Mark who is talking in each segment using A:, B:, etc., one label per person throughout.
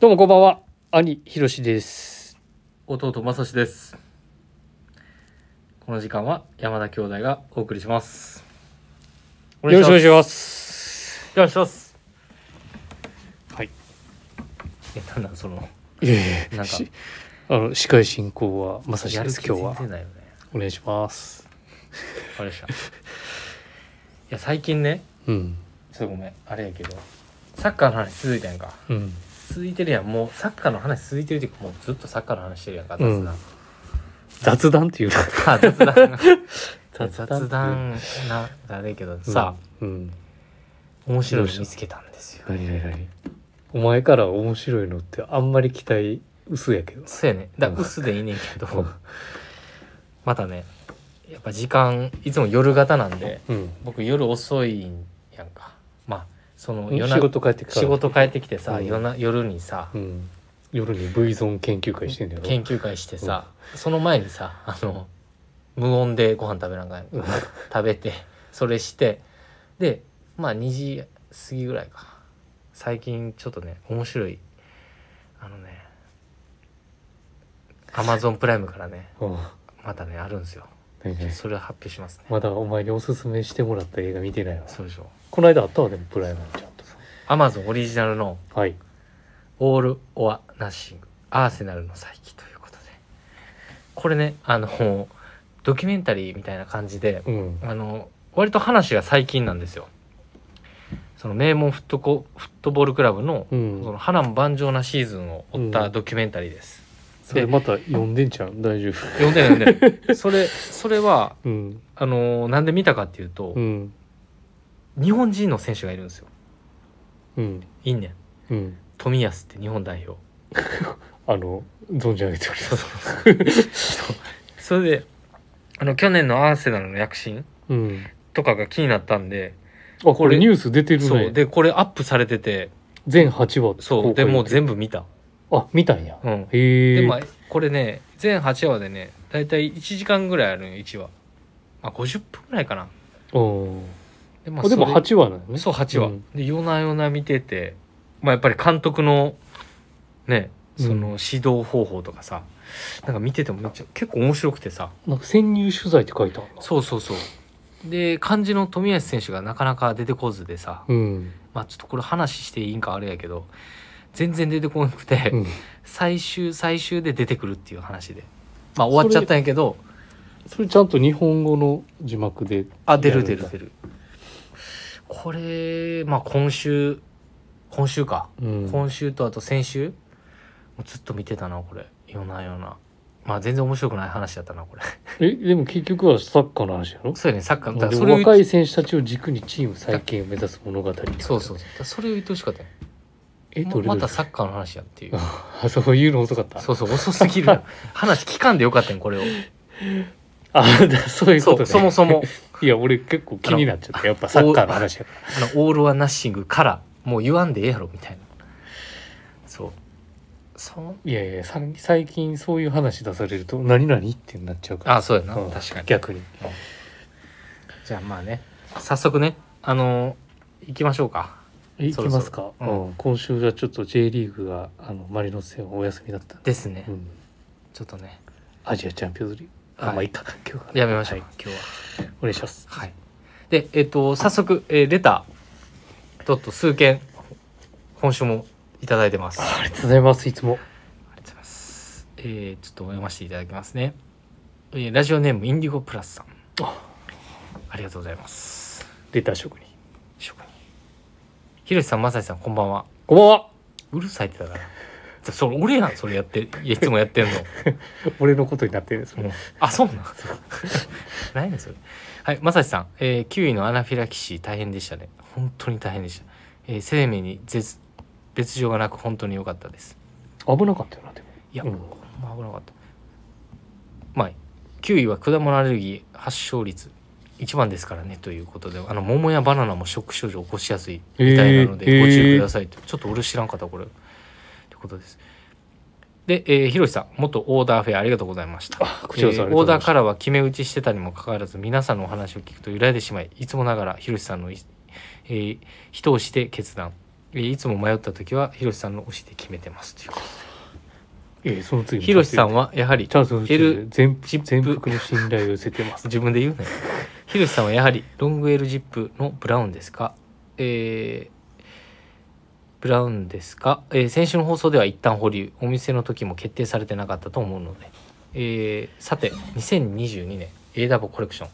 A: どうもこんばんは兄ひろしです
B: 弟まさしですこの時間は山田兄弟がお送りします
A: よろしくお願いします
B: よろしくお願いします
A: はい
B: えなんなんその
A: いやいや
B: なんか
A: しあの司会進行はまさしです今日
B: やる気
A: は
B: 全然ないよね
A: お願いします
B: あれで したいや最近ね
A: うん
B: ちょっとごめんあれやけどサッカーの話続いたやんか
A: うん
B: 続いてるやんもうサッカーの話続いてるっていうかもうずっとサッカーの話してるやんか雑
A: うん
B: 談、
A: 雑談っていうか
B: あ雑談
A: 雑談
B: 雑談なあれやけど
A: さ
B: さ、
A: あうん
B: 面白いの見つけたんですよ
A: 何何何お前から面白いのってあんまり期待薄やけど
B: そうやねだから
A: うん
B: 薄でいいねんけど、
A: うん
B: またねやっぱ時間いつも夜型なんで
A: うん
B: 僕夜遅いんやんかまあその夜な
A: 仕事帰ってから
B: 仕事帰ってきてさ、
A: うん
B: 夜な夜にさ、
A: うん夜に V ゾーン研究会してんだよ
B: 研究会してさ、その前にさあの無音でご飯食べなあかん
A: うん
B: 食べてそれしてでまあ2時過ぎぐらいか最近ちょっとね面白いあのねアマゾンプライムからね
A: うん
B: またねあるんですよ
A: 何々
B: それを発表しますね
A: まだお前におすすめしてもらった映画見てないわ
B: そうでしょ
A: この間あったわでもプライムにちゃんと
B: アマゾンオリジナルの
A: はい
B: 「オール・オア・ナッシング」「アーセナルの再起」ということでこれねあのドキュメンタリーみたいな感じで
A: うん
B: あの割と話が最近なんですよその名門フットコフットボールクラブの
A: うん
B: その波乱万丈なシーズンを追った
A: うん
B: ドキュメンタリーです、
A: それまた読んでんじゃん 大丈夫
B: 読んでる読んで るそれそれは
A: うん
B: あのなんで見たかっていうと、
A: うん
B: 日本人の選手がいるんですよ
A: うん
B: いいねん
A: うん
B: 富安って日本代表
A: あの存じ上げてお ります
B: それであの去年のアーセナルの躍進
A: うん
B: とかが気になったんで
A: あこ
B: こ
A: れ
B: れ
A: ニュース出てる
B: そう
A: ね
B: でこれアップされてて
A: 全8話
B: そうでもう全部見た
A: 部あ見たんや
B: うん
A: へ
B: で
A: え
B: まあこれね全8話でね大体1時間ぐらいあるんよ1話まあ50分ぐらいかな
A: うん
B: で,、ま
A: あでも
B: それ
A: 8話なのね
B: そう8話、
A: うん
B: で夜な夜な見ててまあやっぱり監督のねその指導方法とかさ、なんか見ててもめっちゃ結構面白くてさ
A: なんか潜入取材って書いてあるな
B: そうそうそうで漢字の富安選手がなかなか出てこずでさ、
A: うん
B: まあちょっとこれ話していいんかあれやけど全然出てこなくて、
A: うん
B: 最終最終で出てくるっていう話でまあ終わっちゃったんやけど
A: それちゃんと日本語の字幕で
B: あ出る出
A: や
B: る
A: んだ
B: 出るこれまあ今週今週か、
A: うん
B: 今週とあと先週もうずっと見てたなこれ夜な夜なまあ全然面白くない話だったなこれ
A: えでも結局はサッカーの話やろ
B: そうやねサッカーだから
A: で
B: それを言う
A: 若い選手たちを軸にチーム再建を目指す物語
B: そうそうそうだからそれを言ってほしかったよ
A: え
B: ま
A: どれ
B: またサッカーの話やっていう
A: あ そういうの遅かった
B: そうそう遅す ぎる話聞かんでよかったんこれを
A: あだそういうこ
B: そ
A: とね
B: うそもそも
A: いや俺結構気になっちゃったやっぱサッカーの話やか
B: あのオールはナッシングからもう言わんでええやろみたいなそうそう
A: らいやいやさ最近そういう話出されると何々ってなっちゃうから
B: あそうやな
A: うん
B: 確かに
A: 逆に
B: じゃあまあね早速ねあのー行きましょうか
A: いきますか
B: そろそろ
A: うん今週はちょっと J リーグがあのマリノス戦はお休みだったんで、
B: ですね、
A: うん、
B: ちょっとね
A: アジアチャンピオンズリーグあ、
B: はい
A: まあいいか今日は
B: やめましょう、
A: はい
B: 今日は
A: お願いします
B: はいでえっ、と早速、えーレターちょっと数件今週もいただいてます
A: ありがとうございますいつも
B: ありがとうございます。えーちょっと読ませていただきますね。えーラジオネームインディゴプラスさん。
A: あ
B: ありがとうございます。
A: レター職人
B: 職人ひろしさん、まさしさん、こんばんは。
A: こんばんは
B: うるさいってだから。そ それ俺やん、それやって、いやいつもやってんの。
A: 俺のことになってるんですもん
B: もうあ、そうなん。 何やねん、それ。はい、まさしさん、えー、9位のアナフィラキシー大変でしたね。本当に大変でした。えー生命に絶別状がなく本当に良かったです。
A: 危なかったよなでも
B: いや、
A: うん
B: ほんま危なかった。まあ、9位は果物アレルギー発症率1番ですからねということで、あの桃やバナナもショック症状を起こしやすいみたいなので、
A: えー
B: ご注意くださいと。ちょっと俺知らんかった、これ。ってことです。で、えー、ひろしさん、元オーダーフェアありがとうございました。
A: あこちらこそあ
B: え
A: りがとう
B: ーオ
A: ご
B: ー
A: ざい
B: ダ
A: ま
B: ー
A: す
B: からは決め打ちしてたにもかかわらず皆さんのお話を聞くと揺らいでしまいいつもながらひろしさんのい、えー人をして決断えーいつも迷った時はひろしさんの推しで決めてますという
A: ええその次
B: ひろしさんはやはり
A: チャンスの
B: L
A: 全
B: ジップ
A: 全幅の信頼を寄せてます
B: 自分で言うねひろしさんはやはりロングエルジップのブラウンですかえーブラウンですか、えー先週の放送では一旦保留お店の時も決定されてなかったと思うので、えーさて2022年 AW コレクション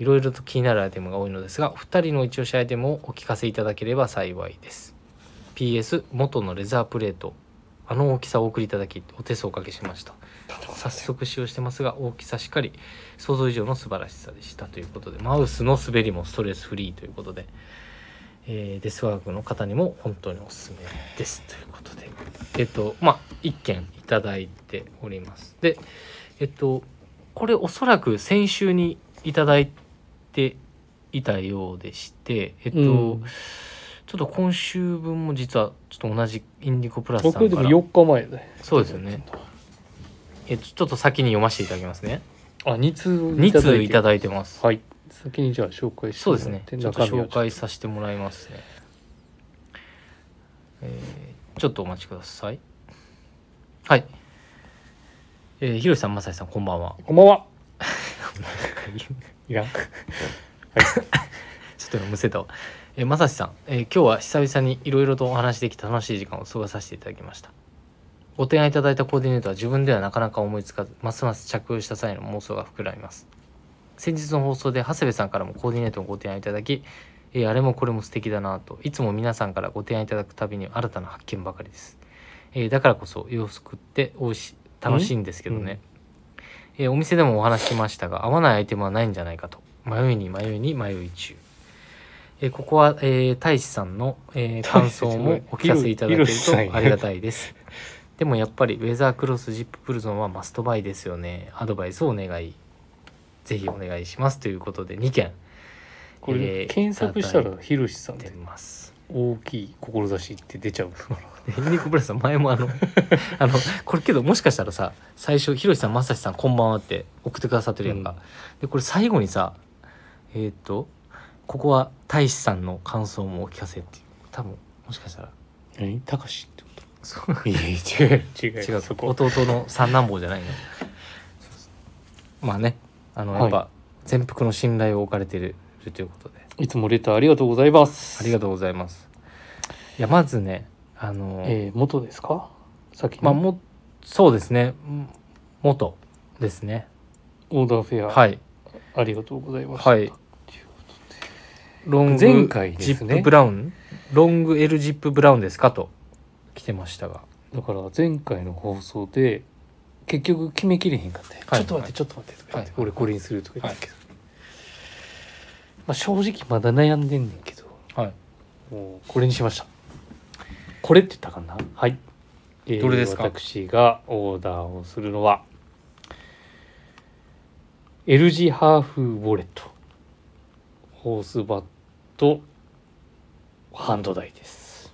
B: いろいろと気になるアイテムが多いのですがお二人の一押しアイテムをお聞かせいただければ幸いです PS 元のレザープレートあの大きさをお送りいただきお手数をおかけしました早速使用してますが大きさしっかり想像以上の素晴らしさでしたということでマウスの滑りもストレスフリーということで、えーデスワークの方にも本当におすすめですということでえっとまあ1件いただいておりますでえっとこれおそらく先週にいただいていた ようでしてえっと、
A: うん
B: ちょっと今週分も実はちょっと同じインディゴプラスさんか
A: 僕
B: ら
A: でも4日前だよ
B: そうですよねえっとちょっと先に読ませていただきますね
A: あ2通
B: 2通いた
A: い
B: だいてます
A: てはい先にじゃあ紹介して
B: そう
A: も
B: です
A: らっ
B: ね
A: て
B: ちょっと紹
A: 中身を
B: 介させてもらいますね、えーちょっとお待ちくださいはいえー、ひろしさんまさしさんこんばんは
A: こんばん は
B: ちょ
A: いらん
B: っと今むせたわえー、まさしさん、えー今日は久々にいろいろとお話できて楽しい時間を過ごさせていただきましたご提案いただいたコーディネートは自分ではなかなか思いつかずますます着用した際の妄想が膨らみます先日の放送で長谷部さんからもコーディネートのご提案いただき、えーあれもこれも素敵だなといつも皆さんからご提案いただくたびに新たな発見ばかりです、えーだからこそ洋服っておいし楽しいんですけどね、えーお店でもお話ししましたが合わないアイテムはないんじゃないかと迷いに迷いに迷い中えーここは、えー、大志さんの、えー感想もお聞かせいただけるとありがたいです。でもやっぱりウェザークロスジッププルゾンはマストバイですよね。アドバイスをお願い。ぜひお願いしますということで2件
A: こ
B: えー
A: れ検索したらひろしさん
B: 出
A: で
B: ます。
A: 大きい志って出ちゃうから
B: でエンディングブラスさん前も あのあのこれけどもしかしたらさ最初「ひろしさんまさしさんこんばんは」って送ってくださってるやんか、
A: うん
B: でこれ最後にさえーっとここは大志さんの感想もお聞かせっていう多分もしかしたら
A: 何たかしってこ
B: そう
A: といや違う違う
B: 違う
A: そこ
B: 弟の三男坊じゃないのまあねあの
A: はい
B: やっぱ全幅の信頼を置かれてるということで
A: いつもレターありがとうございます
B: ありがとうございますいやまずねあの、
A: えー、元ですか先に、
B: まあもそうですねん元ですね
A: オーダーフェア、
B: はい
A: ありがとうございました、
B: はいロング
A: 前回です
B: ジ
A: ね
B: ップブラウンロング L ジップブラウンですかと来てましたが
A: だから前回の放送で結局決めきれへんかったよ、
B: はい
A: ちょっと待ってちょっと待ってとか言って、
B: はい
A: 俺これにするとか言ってたけど、まあ、正直まだ悩んでんねんけど
B: はい
A: もうこれにしましたこれって言ったかなはい、え
B: どれですか
A: 私がオーダーをするのは L 字ハーフウォレットホースバットハンドダイです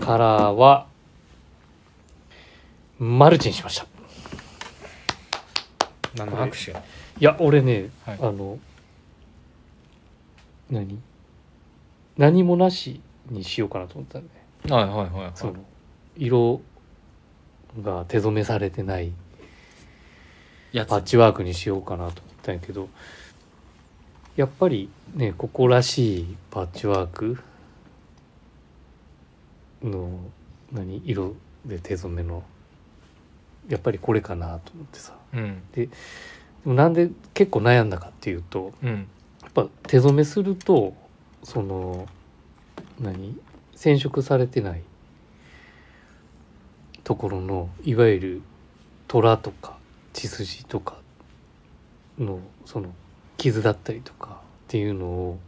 A: カラーはマルチにしました
B: 何
A: の
B: の
A: 拍
B: 拍手
A: いや俺ね、
B: はい
A: あの何何もなしにしようかなと思ったんで
B: はいはいはいはい
A: その色が手染めされてない
B: やつ
A: パッチワークにしようかなと思ったんやけどやっぱりねここらしいパッチワークの何色で手染めのやっぱりこれかなと思ってさ
B: うん
A: でもなんで結構悩んだかっていうと
B: うん
A: やっぱ手染めするとその何染色されてないところのいわゆる虎とか血筋とかのその傷だったりとかっていうのを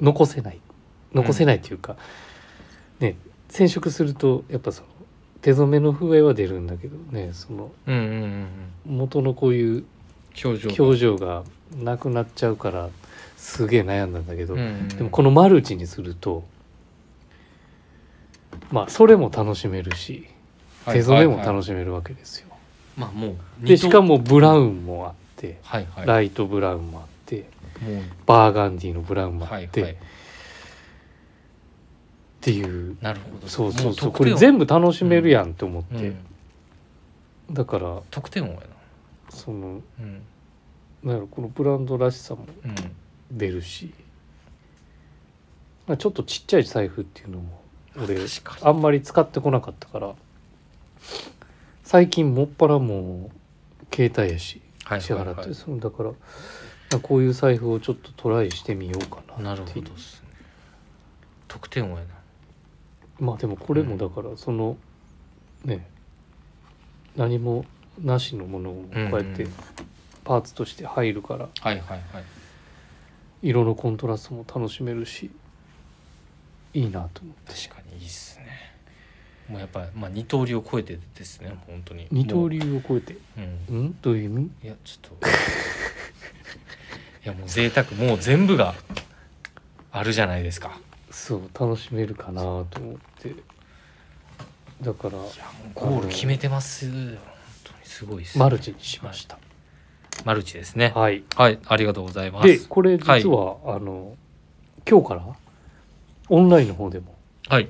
A: 残せない残せないというか、ね染色するとやっぱその手染めの風合いは出るんだけどねその
B: うんうんうんうん
A: 元のこういう
B: 表情が
A: 表情がなくなっちゃうからすげえ悩んだんだけど、
B: うんうん
A: でもこのマルチにするとまあそれも楽しめるし手染めも
B: はいはいは
A: 楽
B: い
A: しめるわけですよ。
B: まあもう
A: でしかも
B: も
A: ブラウンもあって
B: はいはい
A: ライトブラウンもあって
B: もう
A: バーガンディのブラウンもあ
B: は
A: っ
B: いはい
A: てていう
B: なるほど
A: そうそうそう
B: も
A: これ
B: 得点
A: 全部楽しめるやんって思っ
B: 王
A: て、
B: うん
A: だから
B: 得点王やな
A: その
B: うん
A: なんやろこのブランドらしさも
B: うん
A: 出るしまあちょっとちっちゃい財布っていうのも俺
B: 確か
A: あんまり使ってこなかったから最近もっぱらもう携帯やし
B: はい
A: 支
B: はい
A: 払
B: は
A: ってそのだからまあこういう財布をちょっとトライしてみようかなってい
B: い、
A: う
B: なるほどっすね得点王やな
A: まあでもこれもだからその、ね何もなしのものをこうやって
B: うんうん
A: パーツとして入るから
B: はいはいはい
A: 色のコントラストも楽しめるしいいなと思って
B: 確かにいいっすねもうやっぱ、まあ、二刀流を超えてですねもう本当に
A: 二刀
B: も
A: 流を超えて
B: う、うん、
A: んどういう意味
B: いやちょっと いやもう贅沢もう全部があるじゃないですか
A: そう楽しめるかなと思ってだから
B: いやもうゴール決めてますよ本当にすごいっすね、
A: マルチにしました
B: マルチですね
A: はい
B: はいありがとうございま
A: ですこれ実は、あの今日からオンラインの方でも
B: はい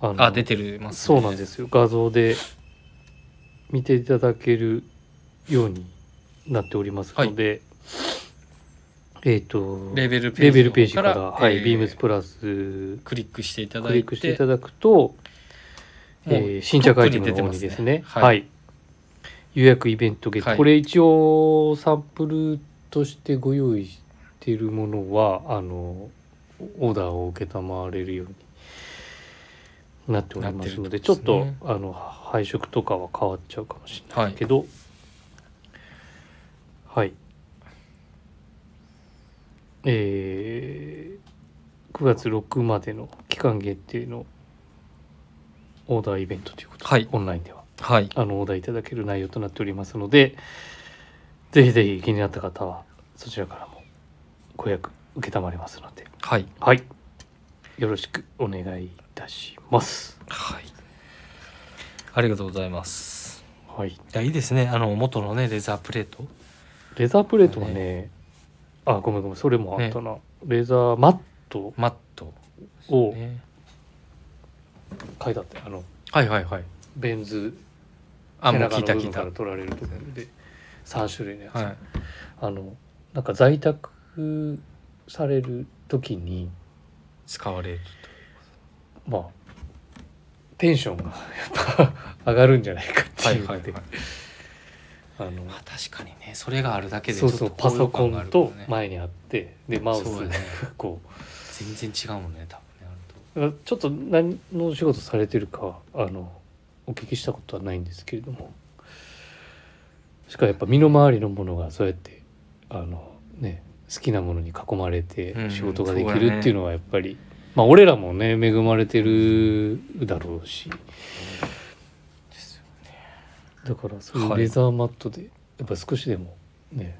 A: あの
B: あ出てるます、
A: そうなん
B: す
A: ですよ画像で見ていただけるようになっておりますので、えっ、と
B: レベルページ
A: レベルページから
B: の方
A: はい、
B: えー
A: ビームスプラスク
B: クリックしていただいて
A: リックしていただくと、
B: もう
A: えー新着アイテムの方にですねはい、予約イベントゲット、
B: はい
A: これ一応サンプルとしてご用意しているものはあのオーダーを承れるようになっておりますの
B: なってるってことですね
A: でちょっとあの配色とかは変わっちゃうかもしれないけどはい、えー9月6までの期間限定のオーダーイベントということで、
B: はい
A: オンラインでは
B: はい
A: あのオーダーいただける内容となっておりますのでぜひぜひ気になった方はそちらからもご予約承れますので
B: はい
A: はいよろしくお願いいたします
B: はいありがとうございます
A: はい
B: いやいいですねあの元のねレザープレート
A: レザープレートはねあごめんごめんそれもあったな、レザーマット
B: マット、
A: を
B: ね、
A: 書いてあってあの
B: はいはいはい
A: ベンズ
B: あ
A: 背
B: もう
A: 中
B: 聞い
A: の
B: た
A: 部
B: 聞い
A: 分
B: た
A: から取られる部分で3種類のやつ、
B: はい
A: あのなんか在宅される時に
B: 使われる
A: まあテンションがやっぱ上がるんじゃないかっていうので、あの
B: まあ、確かにねそれがあるだけで
A: そうそうパソコンと
B: マイ
A: 前にあってでマウス
B: そうや
A: が
B: ね
A: こ
B: 全然違うもんね多分ね
A: うだからちょっと何のお仕事されてるかはあのお聞きしたことはないんですけれどもしかもやっぱ身の回りのものがそうやってあのね好きなものに囲まれ
B: う
A: て
B: ん
A: 仕事ができ
B: そうや
A: る
B: ね
A: っていうのはやっぱり、まあ俺らもね恵まれてるだろうし。
B: ですよ
A: だからそうい
B: は
A: う
B: い
A: レザーマットで、やっぱ少しでもね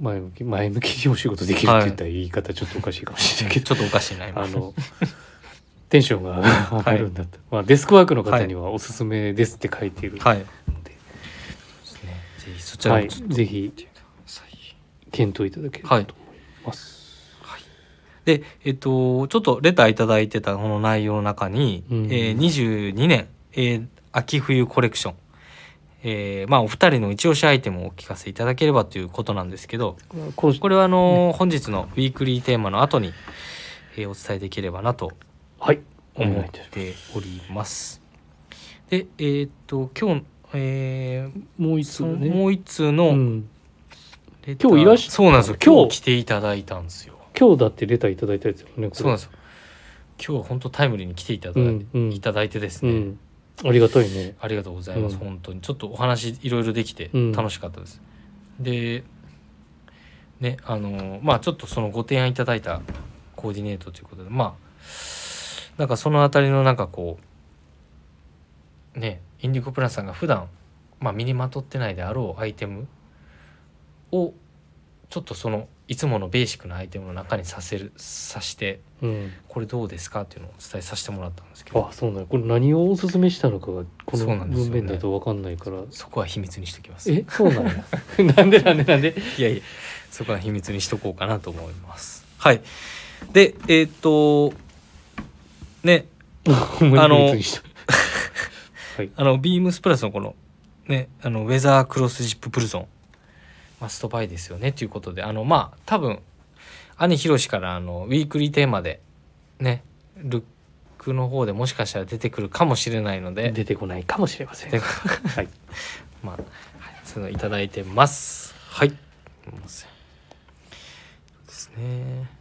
A: 前向き前向きにお仕事できるって言ったら言い方 ちょっとおかしいかもしれないけど、
B: ちょっとおかしいな今
A: あの テンションが上がるんだった、まあ、デスクワークの方にはおすすめですって書いているので、
B: はいですねぜひそちら
A: は
B: も
A: い
B: ちょっと
A: ぜひ
B: 見てください
A: 検討いただければと思います。
B: でえっとちょっとレターいただいてたこの内容の中に、
A: うん
B: えー22年、えー秋冬コレクション、えーまあ、お二人の一押しアイテムをお聞かせいただければということなんですけど
A: この
B: これはあのー本日のウィークリーテーマの後に、えーお伝えできればなと
A: はいお願いい
B: 思った
A: します
B: ております。でえーっと今日、えー
A: もう一つ
B: そ
A: ね
B: もう一通
A: う
B: の
A: ん、
B: レター、
A: 今日いらっしゃ
B: そうなんですよ
A: 今日
B: 今日来ていただいたんですよ。
A: 今日だってレターいただいたやつよねこれ
B: そうなんですよ。今日は本当タイムリーに来ていただいて、
A: うんうん
B: いただいてです
A: う
B: ね、
A: ん、ありがたいね
B: ありがとうございま
A: う
B: す、
A: ん
B: 本当にちょっとお話いろいろできて
A: うん
B: 楽しかったです、でねあのーまあちょっとそのご提案いただいたコーディネートということでまあなんかそのあたりのなんかこうねインディゴプランさんが普段まあ身にまとってないであろうアイテムをちょっとそのいつものベーシックなアイテムの中にさせるさして
A: うん
B: これどうですかっていうのをお伝えさせてもらったんですけど
A: あそうなのこれ何をおすすめしたのかがこの
B: そうなんですよね
A: 文面だと分かんないから、
B: そこは秘密にしときます
A: えそうなんや なんでなんでなんで
B: いやいやそこは秘密にしとこうかなと思いますはいでえーっとね
A: あ
B: の
A: たはい
B: あのビームスプラスのこのねあのウェザークロスジッププルゾンマストバイですよねということであのまあ多分兄ひろしからあのウィークリーテーマでねルックの方でもしかしたら出てくるかもしれないので
A: 出てこないかもしれません
B: で
A: はい
B: まあ、はい、そういうのいただいてます。はい。すいませんそうですね。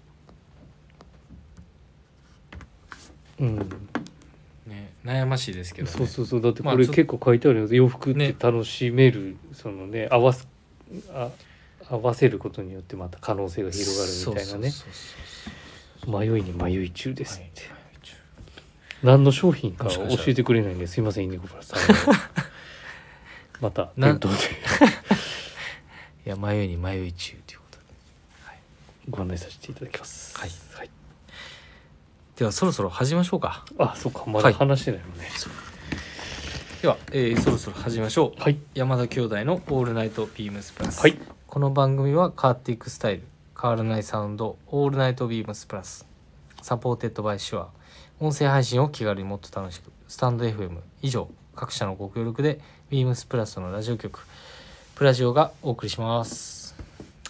A: うん
B: ね、悩ましいですけど、ね。
A: そうそうそうだって
B: まあ
A: これ
B: ちょ
A: 結構書いてあるよ洋服って
B: ね
A: 楽しめる、そのね合わすあ合わせることによってまた可能性が広がるみたいなね
B: そうそうそう
A: 迷いに迷い中ですって、
B: はい
A: 何の商品か
B: もしかした
A: 教
B: ら
A: えてくれないんですいませんインディゴプラスさんまた
B: な
A: 店頭で
B: いや迷いに迷い中ということで。
A: ご案内させていただきます
B: はい、
A: はい、
B: ではそろそろ始めましょうか。
A: あそうかまだ
B: はい
A: 話してないもんね
B: では、えーそろそろ始めましょう。
A: はい
B: 山田兄弟のオールナイトビームスプラス。
A: はい、
B: この番組は変わっていくスタイル変わらないサウンドオールナイトビームスプラスサポーテッドバイシュア音声配信を気軽にもっと楽しくスタンド FM 以上各社のご協力でビームスプラスのラジオ局プラジオがお送りします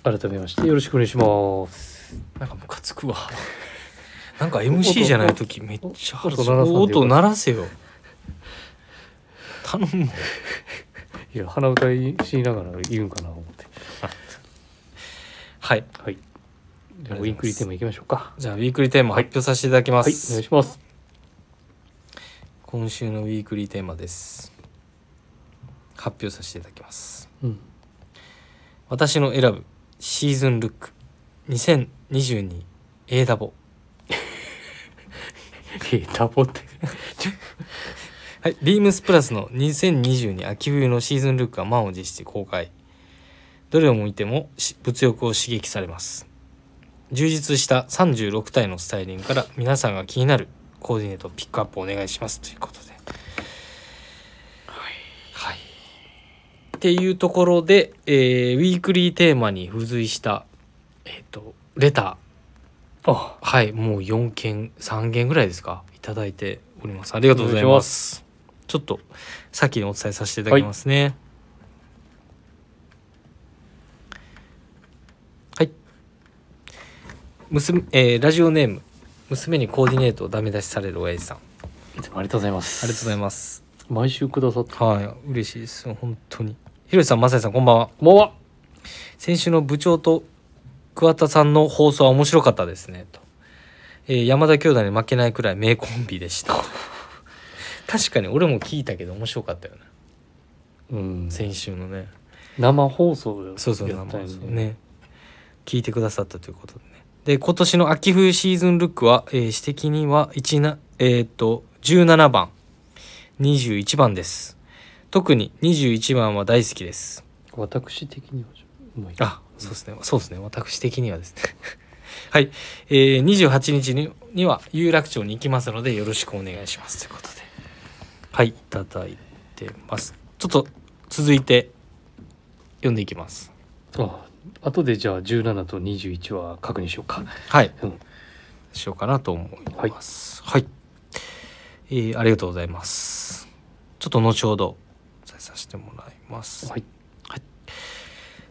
A: 改めましてよろしくお願いします
B: なんかムカつくわ なんか MC じゃない時めっちゃ腹立つ
A: 音鳴らさんでよかった
B: 音鳴らせよ頼む
A: いや鼻歌いしながら言うんかな思って
B: はい
A: はいじゃあ
B: ありがとうございます
A: ウィークリーテーマいきましょうか
B: じゃあウィークリーテーマ発表させていただきます、
A: はいお願いします
B: 今週のウィークリーテーマです発表させていただきます
A: うん
B: 私の選ぶシーズンルック 2022A ダボ
A: えーダボって
B: はいビームスプラスの2022秋冬のシーズンルックが満を持して公開どれを向いてもし物欲を刺激されます充実した36体のスタイリングから皆さんが気になるコーディネートをピックアップお願いしますということではい。っていうところで、えーウィークリーテーマに付随した、えっ、と、レタ
A: あ
B: ー、はい、もう4件、3件ぐらいですか、いただいております。ありがとうございます。ちょっと、さっきお伝えさせていただきますね。はい。娘、えーラジオネーム、娘にコーディネートをダメ出しされる親父さん。あ
A: いつもありがとうございます
B: りがとうございます。
A: す毎週くださって
B: はい、嬉しいです。本当に。ひろしさん、まさやさん、こんばんは。
A: こんばんは
B: 先週の部長と桑田さんの放送は面白かったですねと、えー山田兄弟に負けないくらい名コンビでした 確かに俺も聞いたけど面白かったよね、
A: うん
B: 先週のね
A: 生放送やったんやね
B: そうそう生放送ね聞いてくださったということでねで今年の秋冬シーズンルックは、えー、指摘には1なえーっと17番21番です特に21番は大好きです
A: 私的にはじゃあもういい
B: あ、そうですね。そうですね。私的にはですね。 はい。えー、28日にには有楽町に行きますので、よろしくお願いします。ということで。はい。いただいてます。ちょっと続いて読んでいきます。
A: あ後でじゃあ17と21は確認しようか
B: はい。
A: うん
B: しようかなと思います。はい。えーありがとうございます。ちょっと後ほど、させてもらいます。
A: はい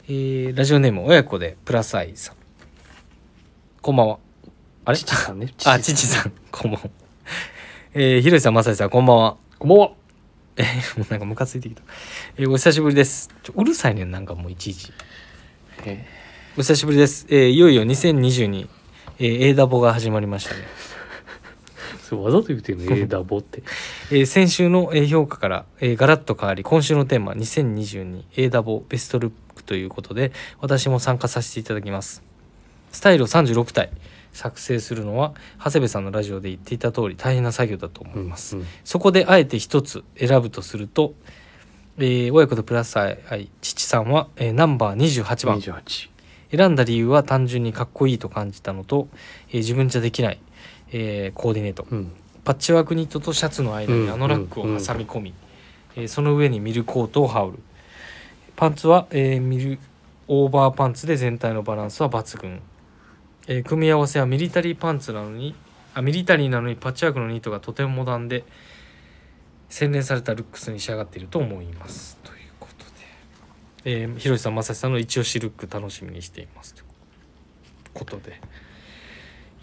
B: えーラジオネーム親子でプラスアイさん。こんばんは。あれ
A: 父さ んね
B: あ、父さん、こんばんは。えー、ひろしさん、まさしさん、こんばんは。
A: こんばんは
B: えーもうなんかムカついてきた。えーお久しぶりです。ちょうるさいねん、なんかもういちいち。
A: え
B: お久しぶりです。えーいよいよ2022、えー、A ダボが始まりましたね。
A: ーそれわざと言ってん のえーダボって
B: えー先週のえー評価から、えーガラッと変わり今週のテーマ 2022A ダボベストルックということで私も参加させていただきますスタイルを36体作成するのは長谷部さんのラジオで言っていた通り大変な作業だと思います、
A: うん
B: そこであえて一つ選ぶとすると、えー親子とプラス愛父さんは、えーナンバー28番
A: 28
B: 選んだ理由は単純にかっこいいと感じたのと、えー自分じゃできない、えーコーディネート
A: うん
B: パッチワークニットとシャツの間
A: う
B: に
A: ん
B: あのラックを挟み込み、えーその上にミルコートを羽織るパンツは、えーミルオーバーパンツで全体のバランスは抜群えー組み合わせはミリタリーパンツなのにあミリタリーなのにパッチワークのニートがとてもモダンで洗練されたルックスに仕上がっていると思いますということで、えー、広瀬さん正志さんの一押しルック楽しみにしていますということで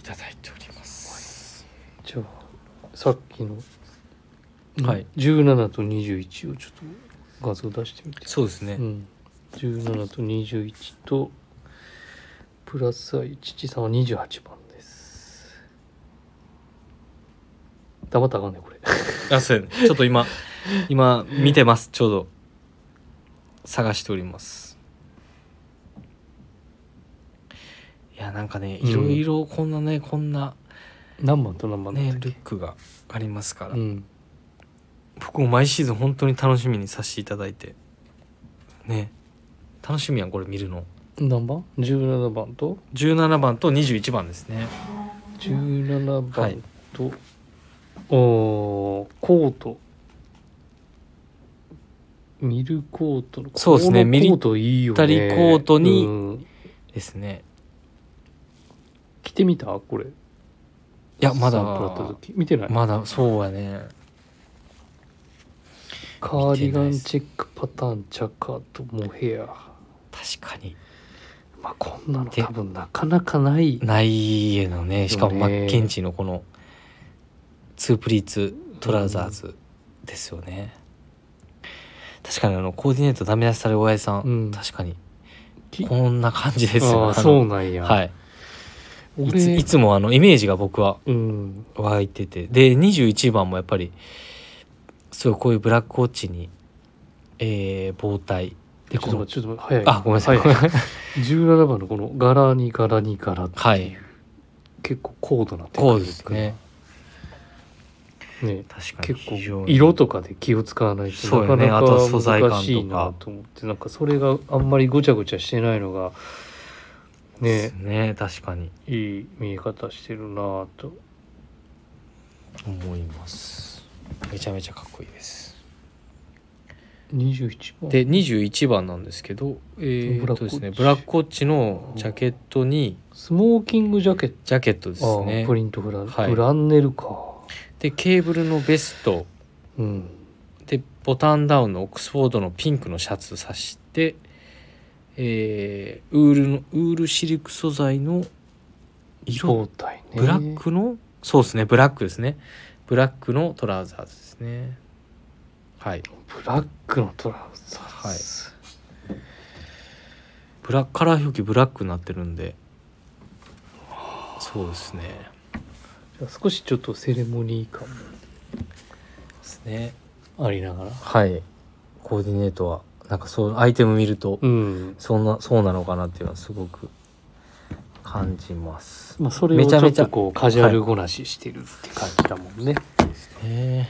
B: いただいております
A: じゃあさっきの
B: はい
A: 17と21をちょっと画像出してみて、
B: そうですね、
A: うん、17と21とプラスは父さんは28番です黙ったらあかんねこれ
B: あそうやねちょっと今今見てますちょうど探しておりますいやなんかね
A: うん
B: いろいろこんなね、こんな
A: 何番と何番だ
B: ね
A: った
B: ル
A: っ
B: ックがありますか
A: け、
B: ら、
A: うん、
B: 僕も毎シーズン本当に楽しみにさせていただいてね楽しみやんこれ見るの
A: 何番 ?17 番と
B: 17番と21番ですね
A: 17
B: は
A: 番
B: い
A: と、おーコートミルコートの
B: そうですね
A: このコートいいよね
B: ミリタリーコートに
A: うん
B: ですね
A: 着てみたこれい
B: いやまだ
A: サンプルあった時見てない、
B: まだそうやね
A: カーディガンチェックパターンチャカーとモヘア
B: 確かに
A: まあこんなの
B: で
A: 多分なかなかない
B: ない家のねしかもマッケンジーのこのツープリーツトラウザーズですよね、確かにあのコーディネートダメ出しされる親父さん、
A: うん
B: 確かに
A: き
B: こんな感じですよ
A: ああ
B: の
A: そうなんや、
B: はいいつ
A: 俺
B: いつもあのイメージが僕は
A: うん
B: 湧いててで21番もやっぱりすごいこういうブラックウォッチに、えー、包帯で
A: ちょっ
B: こ
A: 待
B: との
A: ってちょっと待って早い
B: あごめんなさい、
A: 早17番のこの柄に柄に柄って
B: はい
A: 結構高度なテクニ
B: こうで
A: ッ
B: す
A: ク
B: ね
A: ね
B: 確かに
A: 結構
B: 非常に
A: 色とかで気を使わないと
B: そう
A: な
B: よ
A: か
B: ね
A: なか
B: あとは素材感とか
A: 難しいなと思ってなんかそれがあんまりごちゃごちゃしてないのが
B: です
A: ね
B: ね確かに
A: いい見え方してるなぁと
B: 思いますめちゃめちゃかっこいいです
A: 21番
B: で21番なんですけどえ
A: ブ
B: ー
A: ラックウォッチ
B: っとですねブラックウォッチのジャケットに
A: スモーキングジャケット
B: ジャケットです
A: あ
B: ね
A: あプリントフラン、
B: はい
A: フランネルか
B: でケーブルのベスト
A: うん
B: でボタンダウンのオックスフォードのピンクのシャツさして、えーウールのウールシルク素材の色
A: 胴体ね
B: ブラックのそうですねブラックですねブラックのトラウザーズですねはい
A: ブラックのトラウザーズ
B: ブラックカラー表記ブラックになってるんでそうですね
A: じゃあ少しちょっとセレモニー感
B: ですね
A: もありながら
B: はいコーディネートはなんかそうアイテム見ると
A: うん
B: そんなそうなのかなっていうのはすごく感じます、
A: まあ、それを
B: め
A: ち
B: ちゃ
A: ょっ
B: めちゃ
A: とこうカジュアルごなししてるって感じだもんね、
B: ね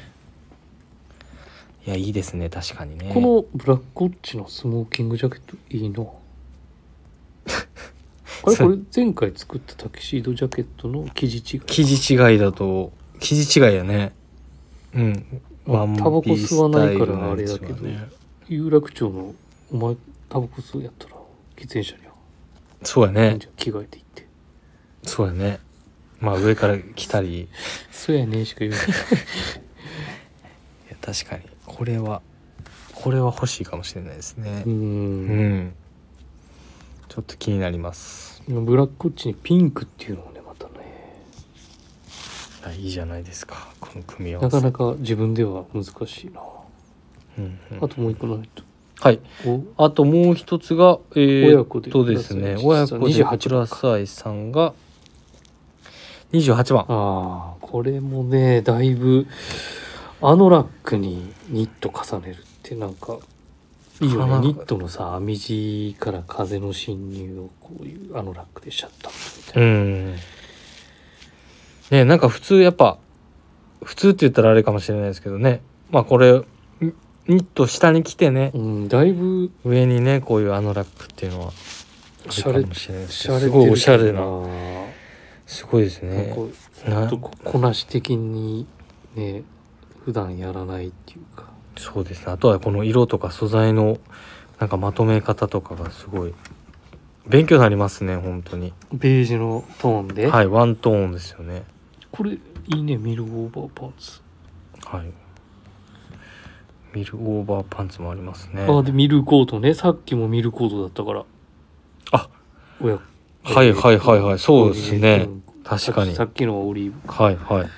B: いやいいですね確かにね
A: このブラックウォッチのスモーキングジャケットいい なあれこれ前回作ったタキシードジャケットの生地違い
B: 生地違いだと生地違いやねうん
A: まあタバコ吸わないからあれだけ
B: ワンピースタイル
A: ど、
B: のやつはね
A: 有楽町のお前タバコ吸うやったら喫煙者には
B: そうやね
A: じゃあ着替えていって
B: そうやねまあ上から来たり
A: 「そうやね」しか 言わない
B: いや確かにこれはこれは欲しいかもしれないですね
A: うー
B: うんんちょっと気になります
A: ブラックウォッチにピンクっていうのもねまたね
B: いやいいじゃないですかこの組み合
A: な
B: わせ
A: かなか自分では難しいなあ
B: うんうん
A: ともう一個ないと
B: はい
A: お
B: あともう一つが、えー、
A: 親子で
B: とですね親子で
A: 28
B: プラスアイさんが28番
A: ああこれもねだいぶあのラックにニット重ねるってなんかいいよ
B: かな
A: ねニットのさ編み地から風の侵入をこういうあのラックでしちゃったみたいな、
B: うんねなんか普通やっぱ普通って言ったらあれかもしれないですけどねまあこれんニット下に来てね
A: うん、だいぶ
B: 上にねこういうあのラックっていうのはあ
A: し
B: る
A: ゃ
B: か
A: れ
B: もしれないです
A: し
B: けど
A: ゃれてる
B: すごいおしゃれな
A: な
B: すごいです
A: ん
B: ね
A: かちょ
B: な
A: っとここなし的にね普段やらないっていうか
B: そうですねあとはこの色とか素材のなんかまとめ方とかがすごい勉強になりますね本当に
A: ベージュのトーンで、
B: はいワントーンですよね
A: これいいねミルオーバーパンツ、
B: はいミルオーバーパンツもありますね
A: あでミルコートねさっきもミルコートだったから
B: あ
A: おや
B: はいはいはいはいそうですね
A: ん
B: 確かに
A: さっきのオリーブ
B: はいはい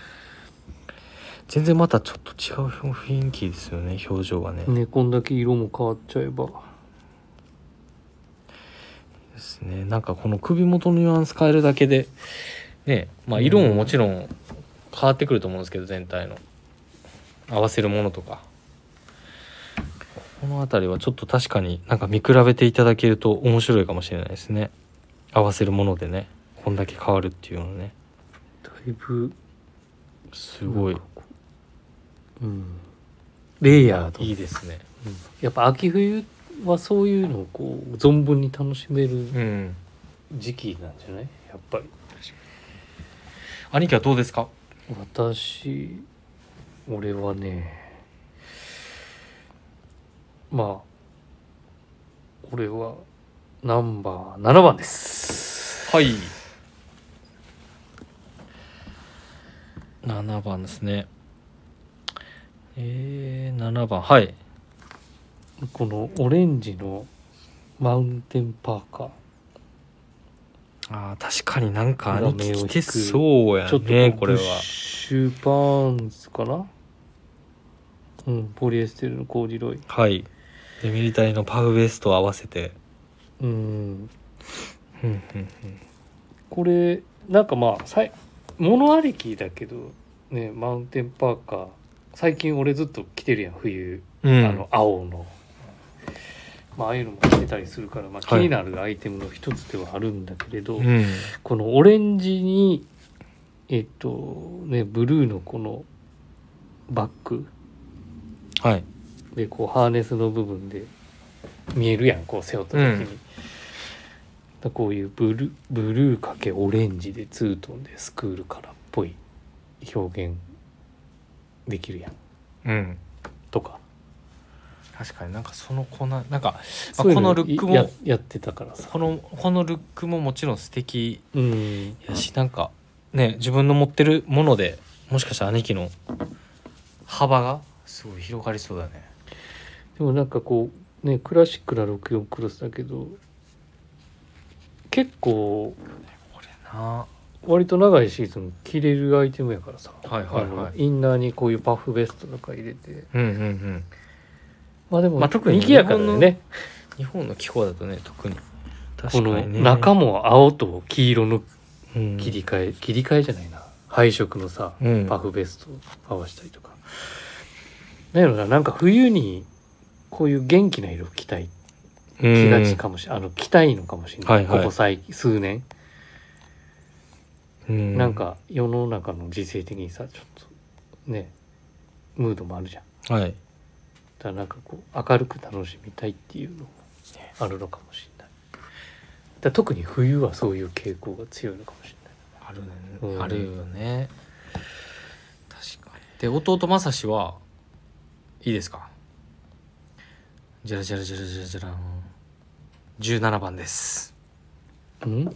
B: 全然またちょっと違う雰囲気ですよね表情がね
A: ねこんだけ色も変わっちゃえば
B: ですねなんかこの首元のニュアンス変えるだけでねまあ色ももちろん変わってくると思うんですけど全体の合わせるものとかこの辺りはちょっと確かになんか見比べていただけると面白いかもしれないですね合わせるものでねこんだけ変わるっていうのね
A: だいぶ
B: すごい
A: うんレイヤーと
B: いいですね
A: うんやっぱ秋冬はそういうのをこう存分に楽しめる
B: うん
A: 時期なんじゃないやっぱり
B: 兄貴はどうですか
A: 私俺はねまあ俺はナンバー7番です
B: はい7番ですねえー、7番はい
A: このオレンジのマウンテンパーカー
B: あー確かになんか
A: 裏目
B: 兄
A: を
B: 貴
A: 引く
B: 着てそうや
A: ちょっと
B: ねこれは
A: ブッシュパンツかなうんポリエステルのコーディロイ
B: はいでミリタリーのパフウエストを合わせて
A: うん
B: うんうん
A: これなんかまあさい物ありきだけどねマウンテンパーカー最近俺ずっと着てるやん冬、
B: うんうん
A: あの青の、まあ、ああいうのも着てたりするから、まあ、気
B: はい
A: になるアイテムの一つではあるんだけれど、
B: うん
A: このオレンジにえっとねブルーのこのバッグ
B: はい
A: でこうハーネスの部分で見えるやんこう背負った時に、
B: うん
A: だこういうブルブルーかけオレンジでツートンでスクールカラーっぽい表現できるやん
B: うん
A: とか、
B: 確かになんかそのこななんか、まあ、
A: そういう
B: このルック
A: や
B: も
A: やってたからさ
B: このこのルックももちろん素敵
A: うん
B: やしなんかね自分の持ってるものでもしかしたら兄貴の幅がすごい広がりそうだね
A: でもなんかこうねクラシックな64クロスだけど結構
B: これな
A: 割と長いシーズン着れるアイテムやからさ、
B: はいはいは
A: あの
B: い
A: インナーにこういうパフベストとか入れて
B: うんうんうん
A: まあでも、
B: まあ特に
A: 賑やかだ
B: 日
A: よ
B: 本
A: ね
B: の日本の気候だとね特に
A: こ
B: 確か
A: の
B: にね
A: 中も青と黄色の
B: うん
A: 切り替え、切り替えじゃないな配色のさ、
B: うん
A: パフベストを合わせたりとかだよななんか冬にこういう元気な色着たい着がちかもしれない、あの着たいのかもしれない、
B: はいはい
A: ここ最近数年、
B: うんうん
A: なんか世の中の時勢的にさちょっとねムードもあるじゃん
B: はい
A: だからなんかこう明るく楽しみたいっていうのもあるのかもしれないだから特に冬はそういう傾向が強いのかもしれないう
B: あるね
A: ん
B: あるよね確かにで弟正志はいいですかじゃらじゃらじゃらじゃらじゃらん17番です
A: うんちょっ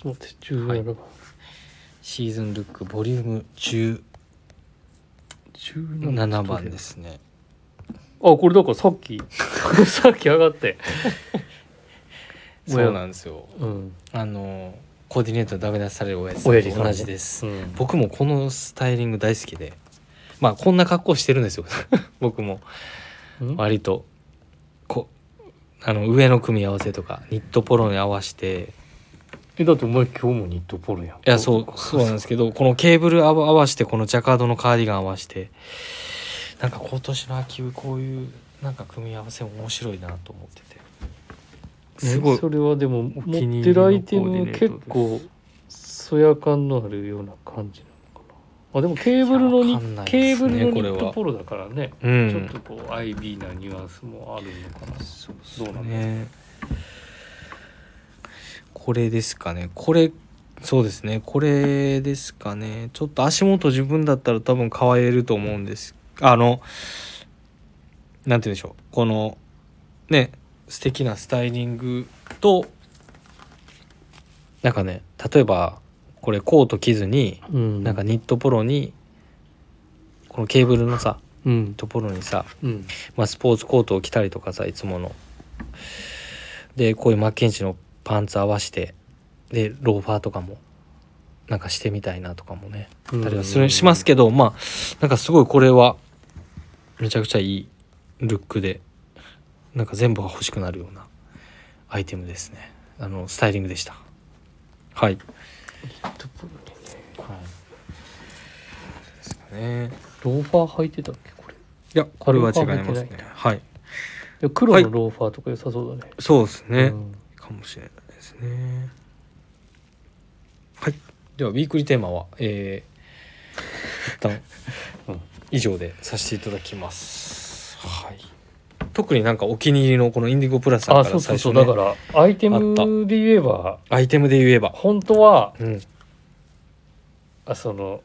A: と待って、17
B: はい
A: 番。
B: シーズンルックボリューム17
A: 17
B: 番で。すね。
A: あ、これだからさっき、 さっき上がって。
B: そうなんですよ。
A: うん。
B: あのコーディネートのダメ出しされる親父
A: 親父さ
B: さ
A: ん
B: んと
A: ね
B: 同じです。
A: うん
B: 僕もこのスタイリング大好きで、まあこんな格好してるんですよ。 僕も
A: うん
B: 割とこあの上の組み合わせとかニットポロに合わせて、
A: え、だってお前今日もニットポロやん。
B: いやそうそうなんですけど、このケーブル合わ合わせてこのジャカードのカーディガン合わせて、なんか今年の秋こういうなんか組み合わせも面白いなと思ってて。
A: ね
B: すごい
A: それはでも、
B: お気
A: 持
B: に
A: っ
B: 入り
A: て
B: の
A: るアイテ
B: コーディ
A: ム
B: ネートです
A: 結構、そや感のあるような感じなのかな。あ、でもケーブルの
B: いや
A: ニ
B: わかんないですね
A: ケーブルのニ
B: これ
A: ッ
B: は
A: トポロだからね。
B: う
A: ち
B: ん
A: ょっとこう、アイビーなニュアンスもあるのかな。どうなんだろう
B: ねこれですかねこれそうですねこれですかねちょっと足元自分だったら多分変えると思うんですあのなんて言うんでしょうこのね素敵なスタイリングとなんかね例えばこれコート着ずに
A: うん
B: なんかニットポロにこのケーブルのさ
A: うん
B: ニットポロにさ、
A: うん
B: まあ、スポーツコートを着たりとかさいつものでこういうマッケンジーのパンツ合わせてでローファーとかもなんかしてみたいなとかもねたりはするします
A: け
B: けどまあなんかすごいこれはめちゃくちゃいいルックでなんか全部が欲しくなるようなアイテムですねあのスタイリングでしたはい、ですかね
A: ローファー履いてたっけこれ
B: いやこれは違い
A: ローファー
B: ま
A: は
B: す
A: 入って
B: ね
A: ない
B: はい
A: いや黒のローファーとか良さそうだね、
B: そうですね、
A: うん
B: かもしれないですね。はい。ではウィークリーテーマは、えー、一 旦、
A: うん
B: 以上でさせていただきます。はい。特になんかお気に入りのこのインディゴプラスさん
A: あ
B: か
A: そ
B: ら
A: うそ
B: 最
A: うそ
B: 初
A: う、
B: ね
A: だからアイテムで言えば
B: アイテムで言えば、
A: 本当は
B: うん、
A: あその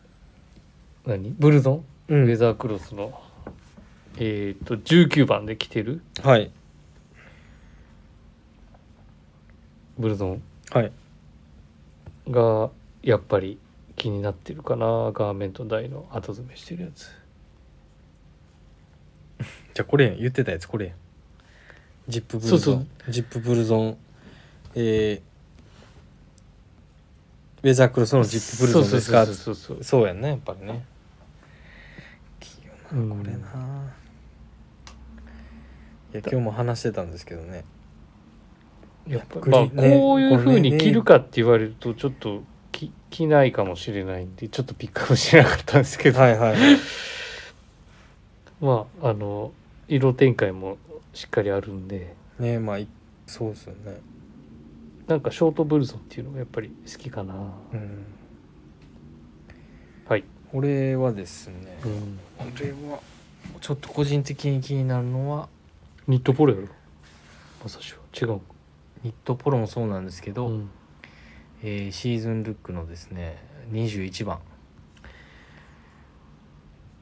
A: 何ブルゾン、
B: う
A: ウェ
B: ん、
A: ザークロスのえっ、と19番で着てる
B: はい
A: ブルゾン
B: はい
A: がやっぱり気になってるかなガーメントダイの後詰めしてるやつ
B: じゃあこれやん言ってたやつこれやんジップブルゾン
A: そうそう
B: ジップブルゾンえー、ウェザークロスのジップブルゾンですか
A: そうそうそうそう
B: そうやんねやっぱりね器用
A: うん
B: これな、いや今日も話してたんですけどね
A: やっぱ
B: びっく
A: り、まあ
B: りね
A: こういうふう
B: これね
A: に着るかって言われるとちょっと着着ないかもしれないんでちょっとピックアップしなかったんですけど、
B: はいはいはい
A: まああの色展開もしっかりあるんで
B: ねまあいそうですよね
A: なんかショートブルゾンっていうのがやっぱり好きかな
B: うん
A: はい、
B: 俺はですね、
A: うん、
B: 俺はちょっと個人的に気になるのは
A: ニットポロやろまさしは違う
B: ニットポロもそうなんですけど、
A: うん
B: えーシーズンルックのですね21番、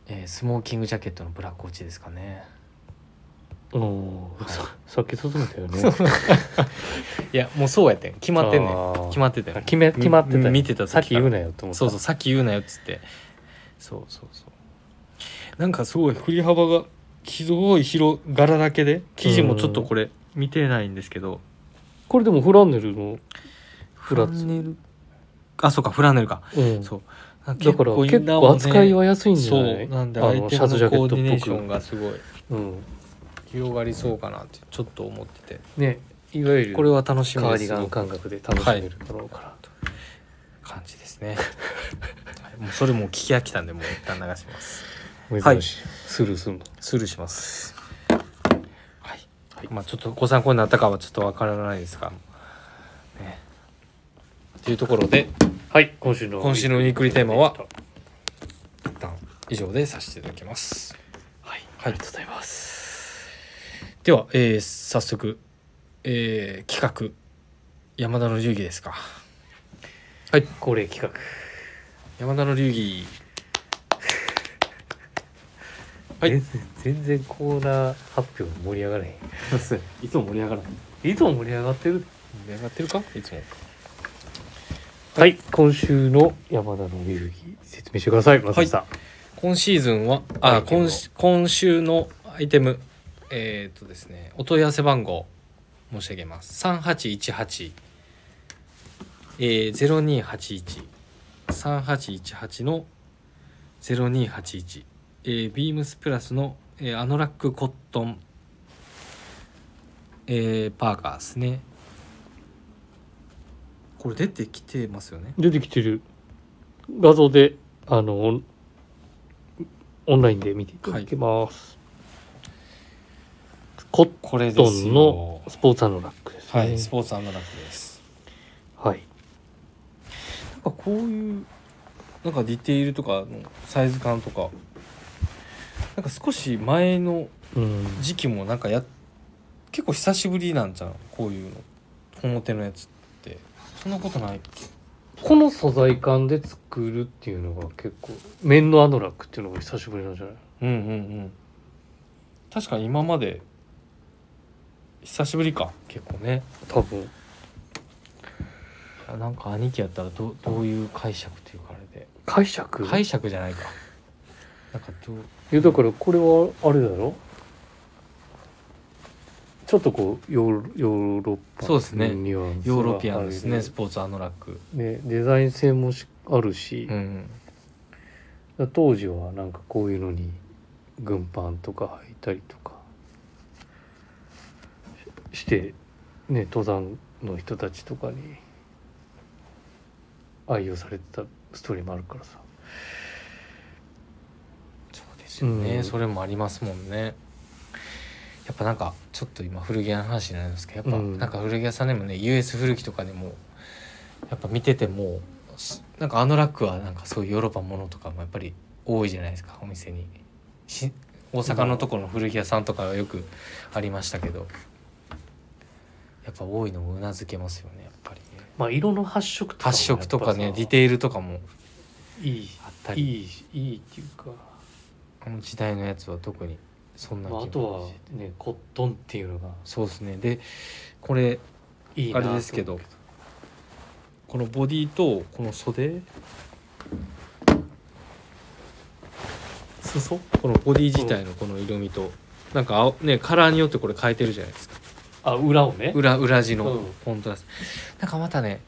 B: えースモーキングジャケットのブラックオチですかね
A: おーささっき進めたよね
B: いやもうそうやってん決まってんね
A: あー
B: ん決まってたよ
A: 決め決まってたよ
B: 見てた時
A: さっき言う
B: よ
A: なよと思った
B: そうそうさっき言うなよっつってそうそうそうなんかすごい振り幅がすごい広柄だけで生地もちょっとこれ見てないんですけど
A: これでもフランネルの、フラッツ
B: ネルあそうかフランネルか、
A: うん、
B: そうだ
A: だから結構扱いは安いんじゃ
B: そ
A: な
B: う
A: い
B: なんで
A: あ
B: アイ
A: の
B: テ
A: シ
B: ム
A: ャ
B: の
A: ツジャケ
B: コ
A: ッ
B: ー
A: ト
B: ディネー
A: っ
B: ション
A: ぽ
B: がすごい
A: く、うん、
B: 広がりそうかなってちょっと思ってて
A: ねいわゆる
B: これは楽し
A: カ
B: み
A: ーディ
B: です
A: ガン感覚で楽しめるだろうから、
B: 感じです ねはいもうそれもう聞き飽きたんでもう一旦流します
A: 珍しい、スルーするの
B: スルーしますはい、
A: はい
B: まあちょっとご参考になったかはちょっとわからないですがねというところで
A: はい今週の
B: 今週のウィークリーテーマは一旦以上でさせていただきます
A: はい、
B: は
A: あ
B: い
A: りがとうございます
B: では、えー早速、えー企画山田の流儀ですか
A: はい恒例企
B: 山田の流 儀
A: 画、
B: はい
A: 全然全然コーナー発表盛り上がらへん
B: いつも盛り上がらない
A: いつも盛り上がってる
B: 盛り上がってるかいつも
A: はい今週の山田の流儀説明してください松井さん、
B: 今シーズンはあ
A: アイテムを
B: 今し今週のアイテムえーっとですねお問い合わせ番号申し上げます3818えー、02813818の0281えー、ビームスプラスの、えーアノラックコットン、えーパーカーですねこれ出てきてますよね
A: 出てきてる画像であのオンオンラインで見ていただけます、コッ
B: これ
A: トンのスポーツアンドラックですね
B: はい、スポーツアンドラックです
A: はい
B: なんかこういうなんかディテールとかのサイズ感とかなんか少し前の
A: うん
B: 時期もなんかやっ結構久しぶりなんじゃんこういうの表のやつってそんなことないっけ
A: この素材感で作るっていうのが結構面のアノラックっていうのが久しぶりなんじゃない
B: うんうんうん確かに今まで久しぶりか結構ね
A: 多分
B: あなんか兄貴やったらどうどういう解釈というかあれで
A: 解釈、
B: 解釈じゃないかなんかどう
A: いやだからこれはあれだろちょっとこうヨーヨーロッパ
B: そうですね
A: ニュアンスが
B: ヨーロピアンです
A: あ
B: ね
A: る
B: スポーツアノラック
A: ねデザイン性もしあるし、
B: う
A: だか
B: ん
A: ら当時はなんかこういうのに軍パンとか履いたりとかしして、ね、登山の人たちとかに愛用されてたストーリーもあるからさ
B: そうですよね、
A: うん
B: それもありますもんねやっぱなんかちょっと今古着屋の話になるんですけどやっぱ
A: うん
B: なんか古着屋さんでもね US 古着とかでもやっぱ見ててもすなんかあのラックはなんかそういうヨーロッパものとかもやっぱり多いじゃないですかお店にし大阪のところの古着屋さんとかはよくありましたけどやっぱ多いのもうなずけますよねやっぱりね
A: まあ色の発色とかもやっぱ
B: 発
A: さ
B: 色とかねディテールとかも
A: いい
B: あったり
A: いいいいっていうか、
B: この時代のやつは特にそんな気
A: まあ、あ
B: が
A: とはねコットンっていうのが
B: そうですねでこれ
A: いいなと思う
B: あれですけどこのボディとこの袖
A: 裾
B: このボディ自体のこの色味となんか青ねカラーによってこれ変えてるじゃないですか
A: あ裏をね
B: 裏裏地
A: う
B: の
A: ん
B: コントラスト、なんかまたね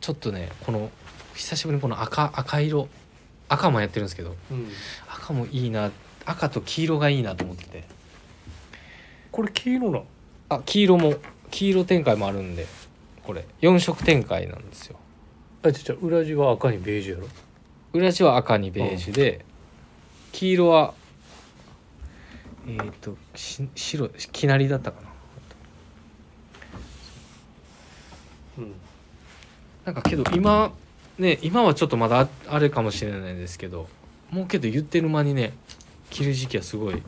B: ちょっとねこの久しぶりにこの赤赤色赤もやってるんですけど
A: うん、
B: 赤もいいな赤と黄色がいいなと思ってて
A: これ黄色な
B: あ黄色も黄色展開もあるんでこれ4色展開なんですよ
A: あちゃちゃ裏地は赤にベージュやろ
B: 裏地は赤にベージュで、黄色はえっ、とし白きなりだったかな
A: うん
B: なんかけど今ね今はちょっとまだああれかもしれないですけどもうけど言ってる間にね着る時期はすごい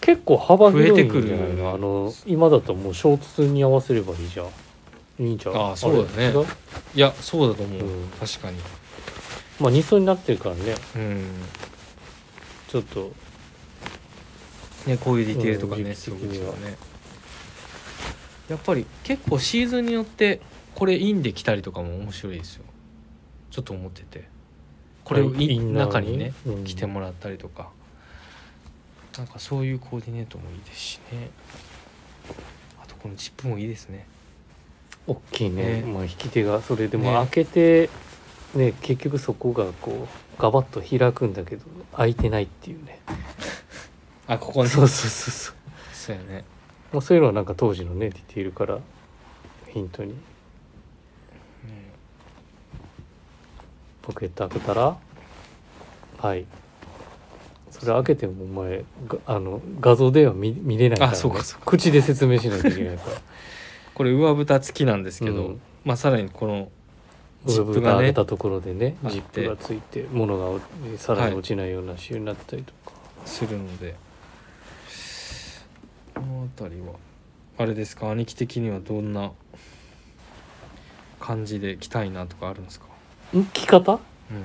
A: 結構幅広いんじゃ
B: 増え
A: な
B: て
A: い
B: くる
A: のあの今だともうショーツに合わせればいいじゃんいいんちゃう
B: あそうだ
A: れ
B: ね
A: 違う
B: いやそうだと思う、
A: うん
B: 確かに
A: まあ二層になってるからね
B: うん
A: ちょっと
B: ねこういうディテールとかね、
A: うん
B: すごく
A: 時期的
B: 違
A: に
B: う
A: は
B: ねやっぱり結構シーズンによってこれインで着たりとかも面白いですよちょっと思っててこれをイン
A: インナー
B: 中にね
A: うん
B: 着てもらったりとか、なんかそういうコーディネートもいいですしねあとこのチップもいいですね
A: 大きいね
B: ね
A: まあ引き手がそれでも
B: ね
A: 開けてね結局そこがこうガバッと開くんだけど開いてないっていうね
B: あここね
A: そうそうそうそう
B: そうやね
A: まあそういうのはなんか当時のねディテールからヒントに
B: ね
A: ポケット開けたらはいそれ開けてもお前があの画像では見見れないから、ね、
B: あそうかそう
A: 口で説明しないといけないから
B: これ上蓋付きなんですけど、
A: うん
B: まあさらにこの ジ
A: 上
B: ップ
A: 蓋
B: が
A: 開け
B: ね
A: たところでね
B: あって
A: ジップがついて物がさらに落ちないような仕様になったりとか、
B: するのでこの辺りはあれですか兄貴的にはどんな感じで着たいなとかあるんですか、
A: ん着方
B: うん、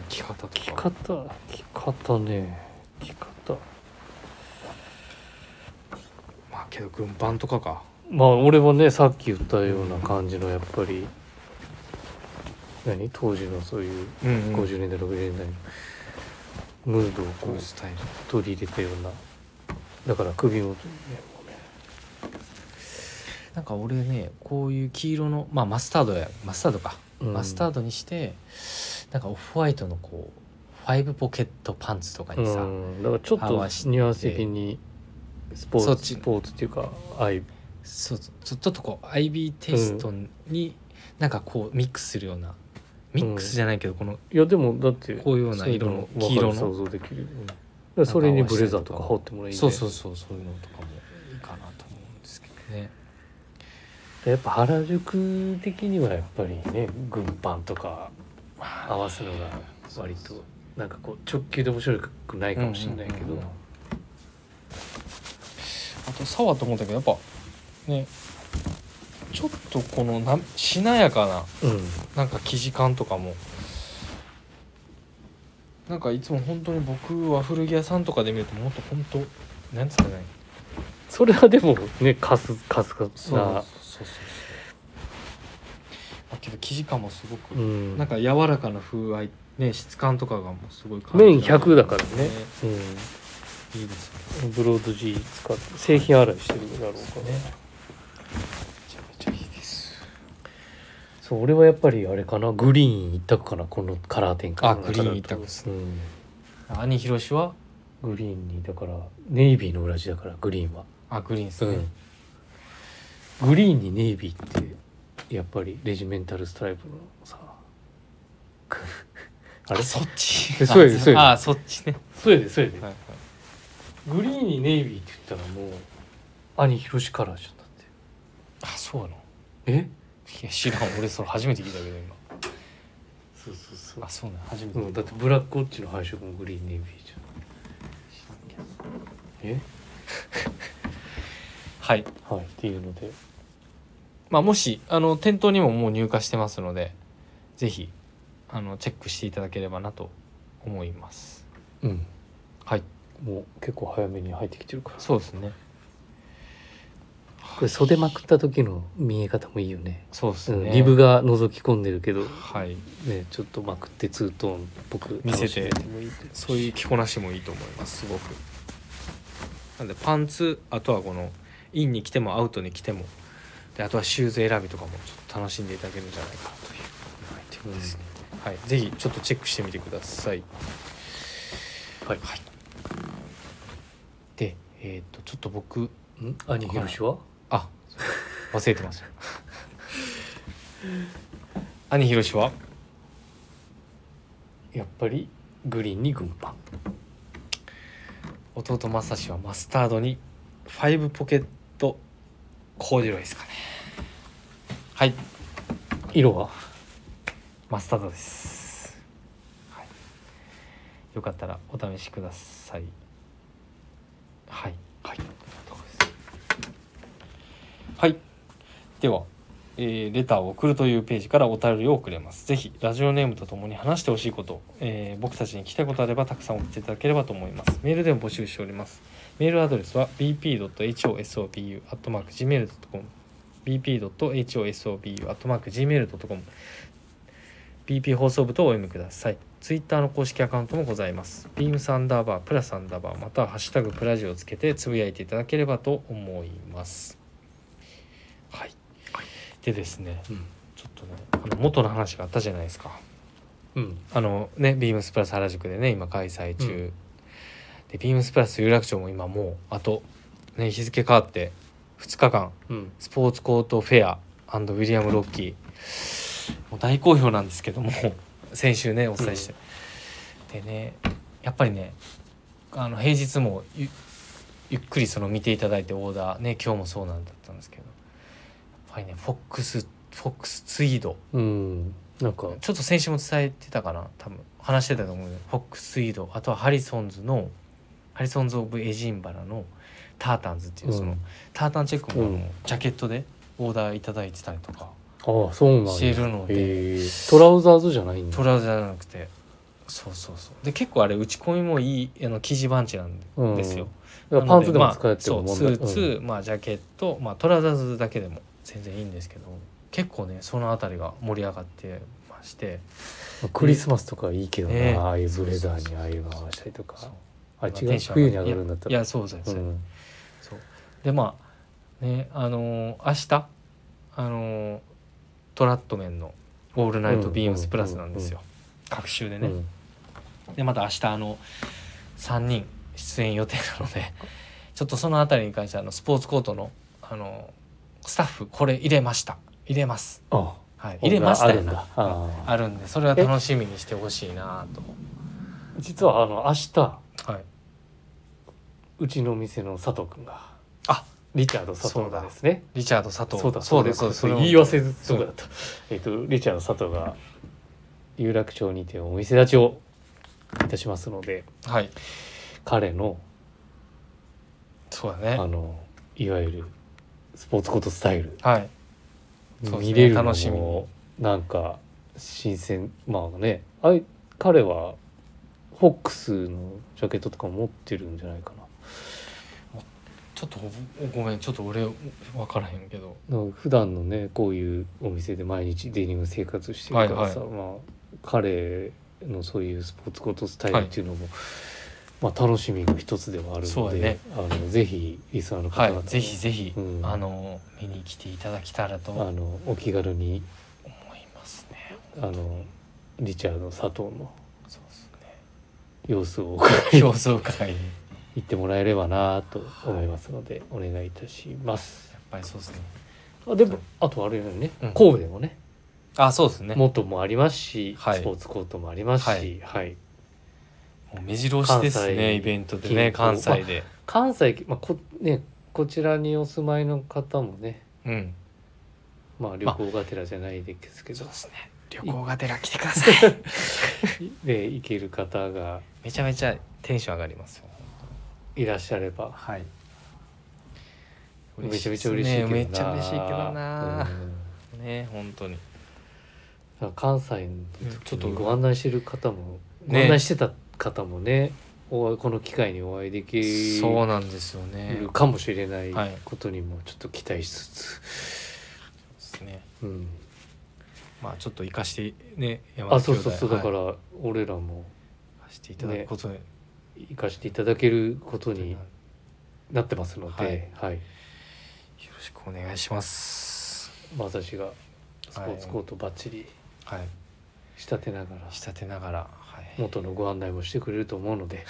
B: 着方とか
A: 着方着方ね着方
B: まあけど軍パンとかか
A: まあ俺はねさっき言ったような感じのやっぱり何当時のそういう
B: うん、うん、
A: 50年代60年代のムードをこ
B: こういう
A: う
B: スタイル
A: 取り入れたようなだから首元にねもうね
B: なんか俺ねこういう黄色のまあマスタードやマスタードか、
A: うん
B: マスタードにしてなんかオフホワイトのこうファイブポケットパンツとかにさ、
A: うん、だからちょっと
B: 合わせて
A: ニュアンス的にスポ
B: そ
A: ー
B: っ
A: ツ
B: ち
A: スポーツっていうかアイ
B: そうそうちょちょっとこう IB テイストになんかこうミックスするようなミックスじゃないけどこの
A: いやでもだって
B: こういうような
A: そ
B: 色の
A: わかる
B: 黄色の
A: 想像できる、うんだからそれにブレザーとか羽織ってもらいいね
B: そうそうそうそういうのとかもいいかなと思うんですけどね
A: やっぱ原宿的にはやっぱりね軍パンとか合わすのが割となんかこう直球で面白くないかもしれないけ
B: うんう
A: ど
B: んうんうんあと触って思ったけどやっぱねちょっとこのなしなやかな
A: う
B: なんか生地感とかもなんかいつも本当に僕は古着屋さんとかで見るともっと本当なんつったらいいの
A: んそれはでもねカスカスカス
B: そう
A: な
B: そうそうそう、まあ、けど生地感もすごく、
A: うん
B: なんか柔らかな風合いね質感とかがもうすごい感
A: 麺
B: じられて
A: 100だからね
B: いいです
A: う
B: ね
A: ん、ブロード G 使って製品洗いしてるだろうからね
B: めちゃめちゃいいです
A: そう俺はやっぱりあれかなグリーン一択かなこのカラー展開
B: あグリーン一択っす
A: うん
B: 兄ひろしは
A: グリーンにだからネイビーの裏地だからグリーンは、
B: あグリーンですね、
A: グリーンにネイビーってやっぱりレジメンタルストライプのさあれ
B: そっち
A: えそうやでそうやで
B: あそっちね、
A: そうやでそうやで、
B: はいはい、
A: グリーンにネイビーって言ったらもう兄広しカラーじゃんだって
B: あそうなの
A: え
B: いや知らん俺それ初めて聞いたけど今
A: そうそうそ
B: あそうなの初めて
A: う、うん、だってブラックウォッチの配色もグリーンネイビーじゃんえ
B: はい
A: はいっていうので
B: まあもしあの店頭にももう入荷してますのでぜひあのチェックしていただければなと思います
A: うん
B: はい
A: もう結構早めに入ってきてるから
B: そうですね
A: これ袖まくった時の見え方もいいよね
B: そうです
A: うん
B: ね
A: リブが覗き込んでるけど、
B: はい
A: ね、ちょっとまくってツートーンっぽく
B: 見せて
A: 楽しめもいいと思うし
B: そういう着こなしもいいと思いますすごくなんでパンツあとはこのインに来てもアウトに来てもであとはシューズ選びとかもちょっと楽しんでいただけるんじゃないかなというアイテムですね、はい、ぜひちょっとチェックしてみてください
A: はい、
B: でえっ、とちょっと僕
A: うん、兄ひろしは
B: あ忘れてました兄ひろしは
A: やっぱりグリーンに軍パン
B: 弟まさしはマスタードにファイブポケットコーデュロイですかねはい
A: 色は
B: マスタードです、はい、よかったらお試しくださいはいはいはいでは、えーレターを送る」というページからお便りを送れますぜひラジオネームとともに話してほしいこと、えー僕たちに聞きたいことあればたくさん送っていただければと思いますメールでも募集しておりますメールアドレスは bp.hosobu.gmail.com bp.hosobu.gmail.com BP 放送部とお読みください。ツイッターの公式アカウントもございます。ビームサンダーバー、プラサンダーバー、またはハッシュタグプラジオをつけてつぶやいていただければと思います。はい。でですね、
A: うん、
B: ちょっとね、あの元の話があったじゃないですか。
A: うん、
B: あのね、ビームスプラス原宿でね、今開催中。
A: うん
B: で、ビームスプラス有楽町も今もう、あと、ね、日付変わって2日間、
A: うん、
B: スポーツコートフェアウィリアム・ロッキーもう大好評なんですけども先週ねお伝えして、でねやっぱりねあの平日もゆゆっくりその見ていただいてオーダーね今日もそうなんだったんですけどやっぱりねフォックスフォックスツイード
A: うん、なんか
B: ちょっと先週も伝えてたかな多分話してたと思うけどフォックスツイードあとはハリソンズのハリソンズ・オブ・エジンバラのタータンズっていうその、
A: うん
B: タータンチェックもあの、
A: うん
B: ジャケットでオーダーいただいてたりとか
A: ああそうなんだ
B: してるので
A: へートラウザーズじゃないんだ
B: トラウザーじゃなくてそうそうそうで結構あれ打ち込みもいいあの生地バンチなん
A: うん
B: ですよ、
A: だからパンツでも使えて
B: そ
A: も
B: う
A: 問
B: ス
A: 題
B: ーツ、まあ、ジャケット、まあ、トラウザーズだけでも全然いいんですけど結構ねその辺りが盛り上がってまして
A: うんクリスマスとかいいけどな、
B: ね
A: ああいうブレザ
B: そうそ
A: ー
B: うそ
A: に
B: う
A: ああいうの合わせたりとか
B: そう
A: あ違
B: テ
A: う
B: ンション
A: 冬に上がるんだった
B: いや
A: ら
B: いやそうそう
A: う
B: そう,、
A: ん
B: そうでまあねあのー明日あのートラットメンの「オールナイトビームスプラス」なんですよ、各週で
A: う
B: ね、
A: ん
B: でまた明日あの3人出演予定なのでちょっとその辺りに関してあのスポーツコートのあのスタッフこれ入れました入れます、
A: あ
B: はい、入れました
A: ある
B: よ
A: んだ
B: な
A: あー
B: あるんでそれは楽しみにしてほしいな
A: 実はあの明日
B: と、はいう
A: ちの店の佐藤君が
B: あ
A: リチャード佐藤がですね
B: リチャード佐藤
A: そうだ
B: そ
A: そうう
B: で
A: だ
B: すそう
A: そう
B: で
A: だ
B: す
A: それ言い忘
B: も
A: れてたとこだったえっとリチャード佐藤が有楽町にてお店立ちをいたしますので
B: はい
A: 彼の
B: そうだ
A: あ
B: ね
A: のいわゆるスポーツコートスタイル
B: はいそうですね
A: 見れるの
B: 楽しみに
A: もなんか新鮮まあねあい彼はフォックスのジャケットとか持ってるんじゃないかな
B: ちょっとごめんちょっと俺分からへんけど
A: だから普段のねこういうお店で毎日デニム生活してるからさ、まあ、彼のそういうスポーツコートスタイルっていうのも、まあ、楽しみの一つではある
B: そ
A: の
B: う
A: で、
B: やね
A: あのぜひリスナーの方
B: は
A: 々も
B: いぜひぜひ、
A: うん
B: あの見に来ていただけたらと
A: あ
B: 思
A: のお気軽に
B: いますね
A: あのリチャード佐藤の
B: そうですね
A: 様子を
B: 競争会にや
A: 言ってもらえればなと思いますので、お願いいたします。
B: っぱりそうですね
A: あでもあとあれよね、
B: うん
A: 神戸でもね
B: あそうですねも
A: 元もありますし、
B: はい
A: スポーツコートもありますし、はい、
B: う目白押しです
A: 関西
B: ねイベントでね関
A: 近郊
B: 西で、
A: 関西、まあこね、こちらにお住まいの方もね、
B: うん
A: まあ、旅行がてらじゃないですけど、
B: すね旅行がてら来てください
A: で行ける方が
B: めちゃめちゃテンション上がりますよ
A: いらっしゃれば
B: はい
A: めちゃめちゃ嬉しいけどな
B: めちゃ嬉しいけど
A: う、
B: な
A: ん
B: ね本当に
A: だから関西の
B: ちょっ
A: 時
B: と
A: にご案内してる方も、
B: ね
A: ご案内してた方もねお会いこの機会にお会いでき
B: そうなんですよね
A: るかもしれない
B: はい
A: ことにもちょっと期待しつつ、
B: ですね
A: うん、
B: まあちょっと生かしてね山
A: あ
B: 田
A: そう
B: 兄弟
A: そうそうだか
B: はい
A: ら俺らも
B: 生かしていただくことに
A: 行かしていただけることに
B: よ
A: なってますので、はい、
B: ろしくお願いします
A: まさしがスポーツコートばっちり
B: はい
A: 仕立てながら
B: 仕立てながらはい
A: 元のご案内もしてくれると思うので、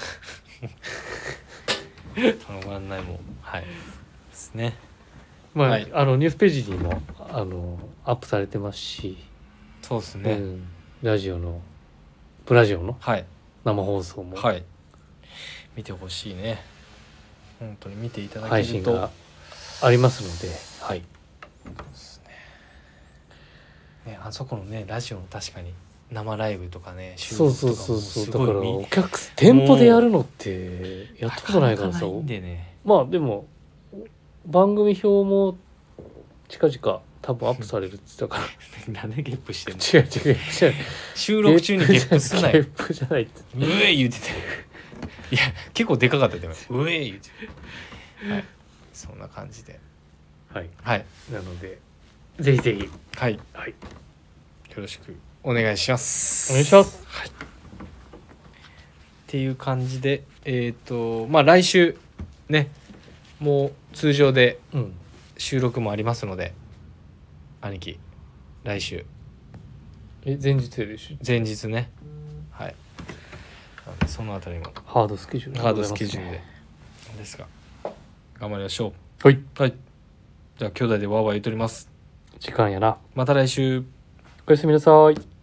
B: そのご案内もはいですね
A: まあ
B: はい
A: あのニュースページにもあのアップされてますし、
B: そうですね、
A: うんラジオのプラジオの
B: はい
A: 生放送も
B: はい見てほしいね本当に見ていただ
A: 配
B: ける
A: 信
B: と
A: がありますので、はい、
B: ね、あそこのねラジオの確かに生ライブとかね収
A: そうそう
B: 録とか
A: そ
B: も
A: うそう
B: す
A: だか
B: ごい
A: ら
B: 見
A: お客さん店舗でやるのってやったことないから
B: な
A: さ
B: かなかいんでね
A: まあでも番組表も近々多分アップされるって言ってたから
B: なんでゲップしてんの
A: 違う違う違う
B: 収録中にゲップすな
A: ゲ
B: よ
A: ップじゃないって
B: うえ言うてたよいや結構でかかったでもうえ言うてたはいそんな感じで
A: はい
B: はい
A: なのでぜひぜひ
B: はいよ
A: はい
B: ろしくお願いします
A: お願いします
B: はい、っていう感じでえっ、とまあ来週ねもう通常で
A: うん
B: 収録もありますので兄貴来週
A: え前日よりし
B: 前日ねはいなんでそのあたりも
A: ハードスケジュール
B: ハードスケジュールでですが頑張りましょ
A: はい、
B: うはいじゃあ兄弟でわーわー言うとります
A: 時間やな
B: また来週
A: おやすみなさい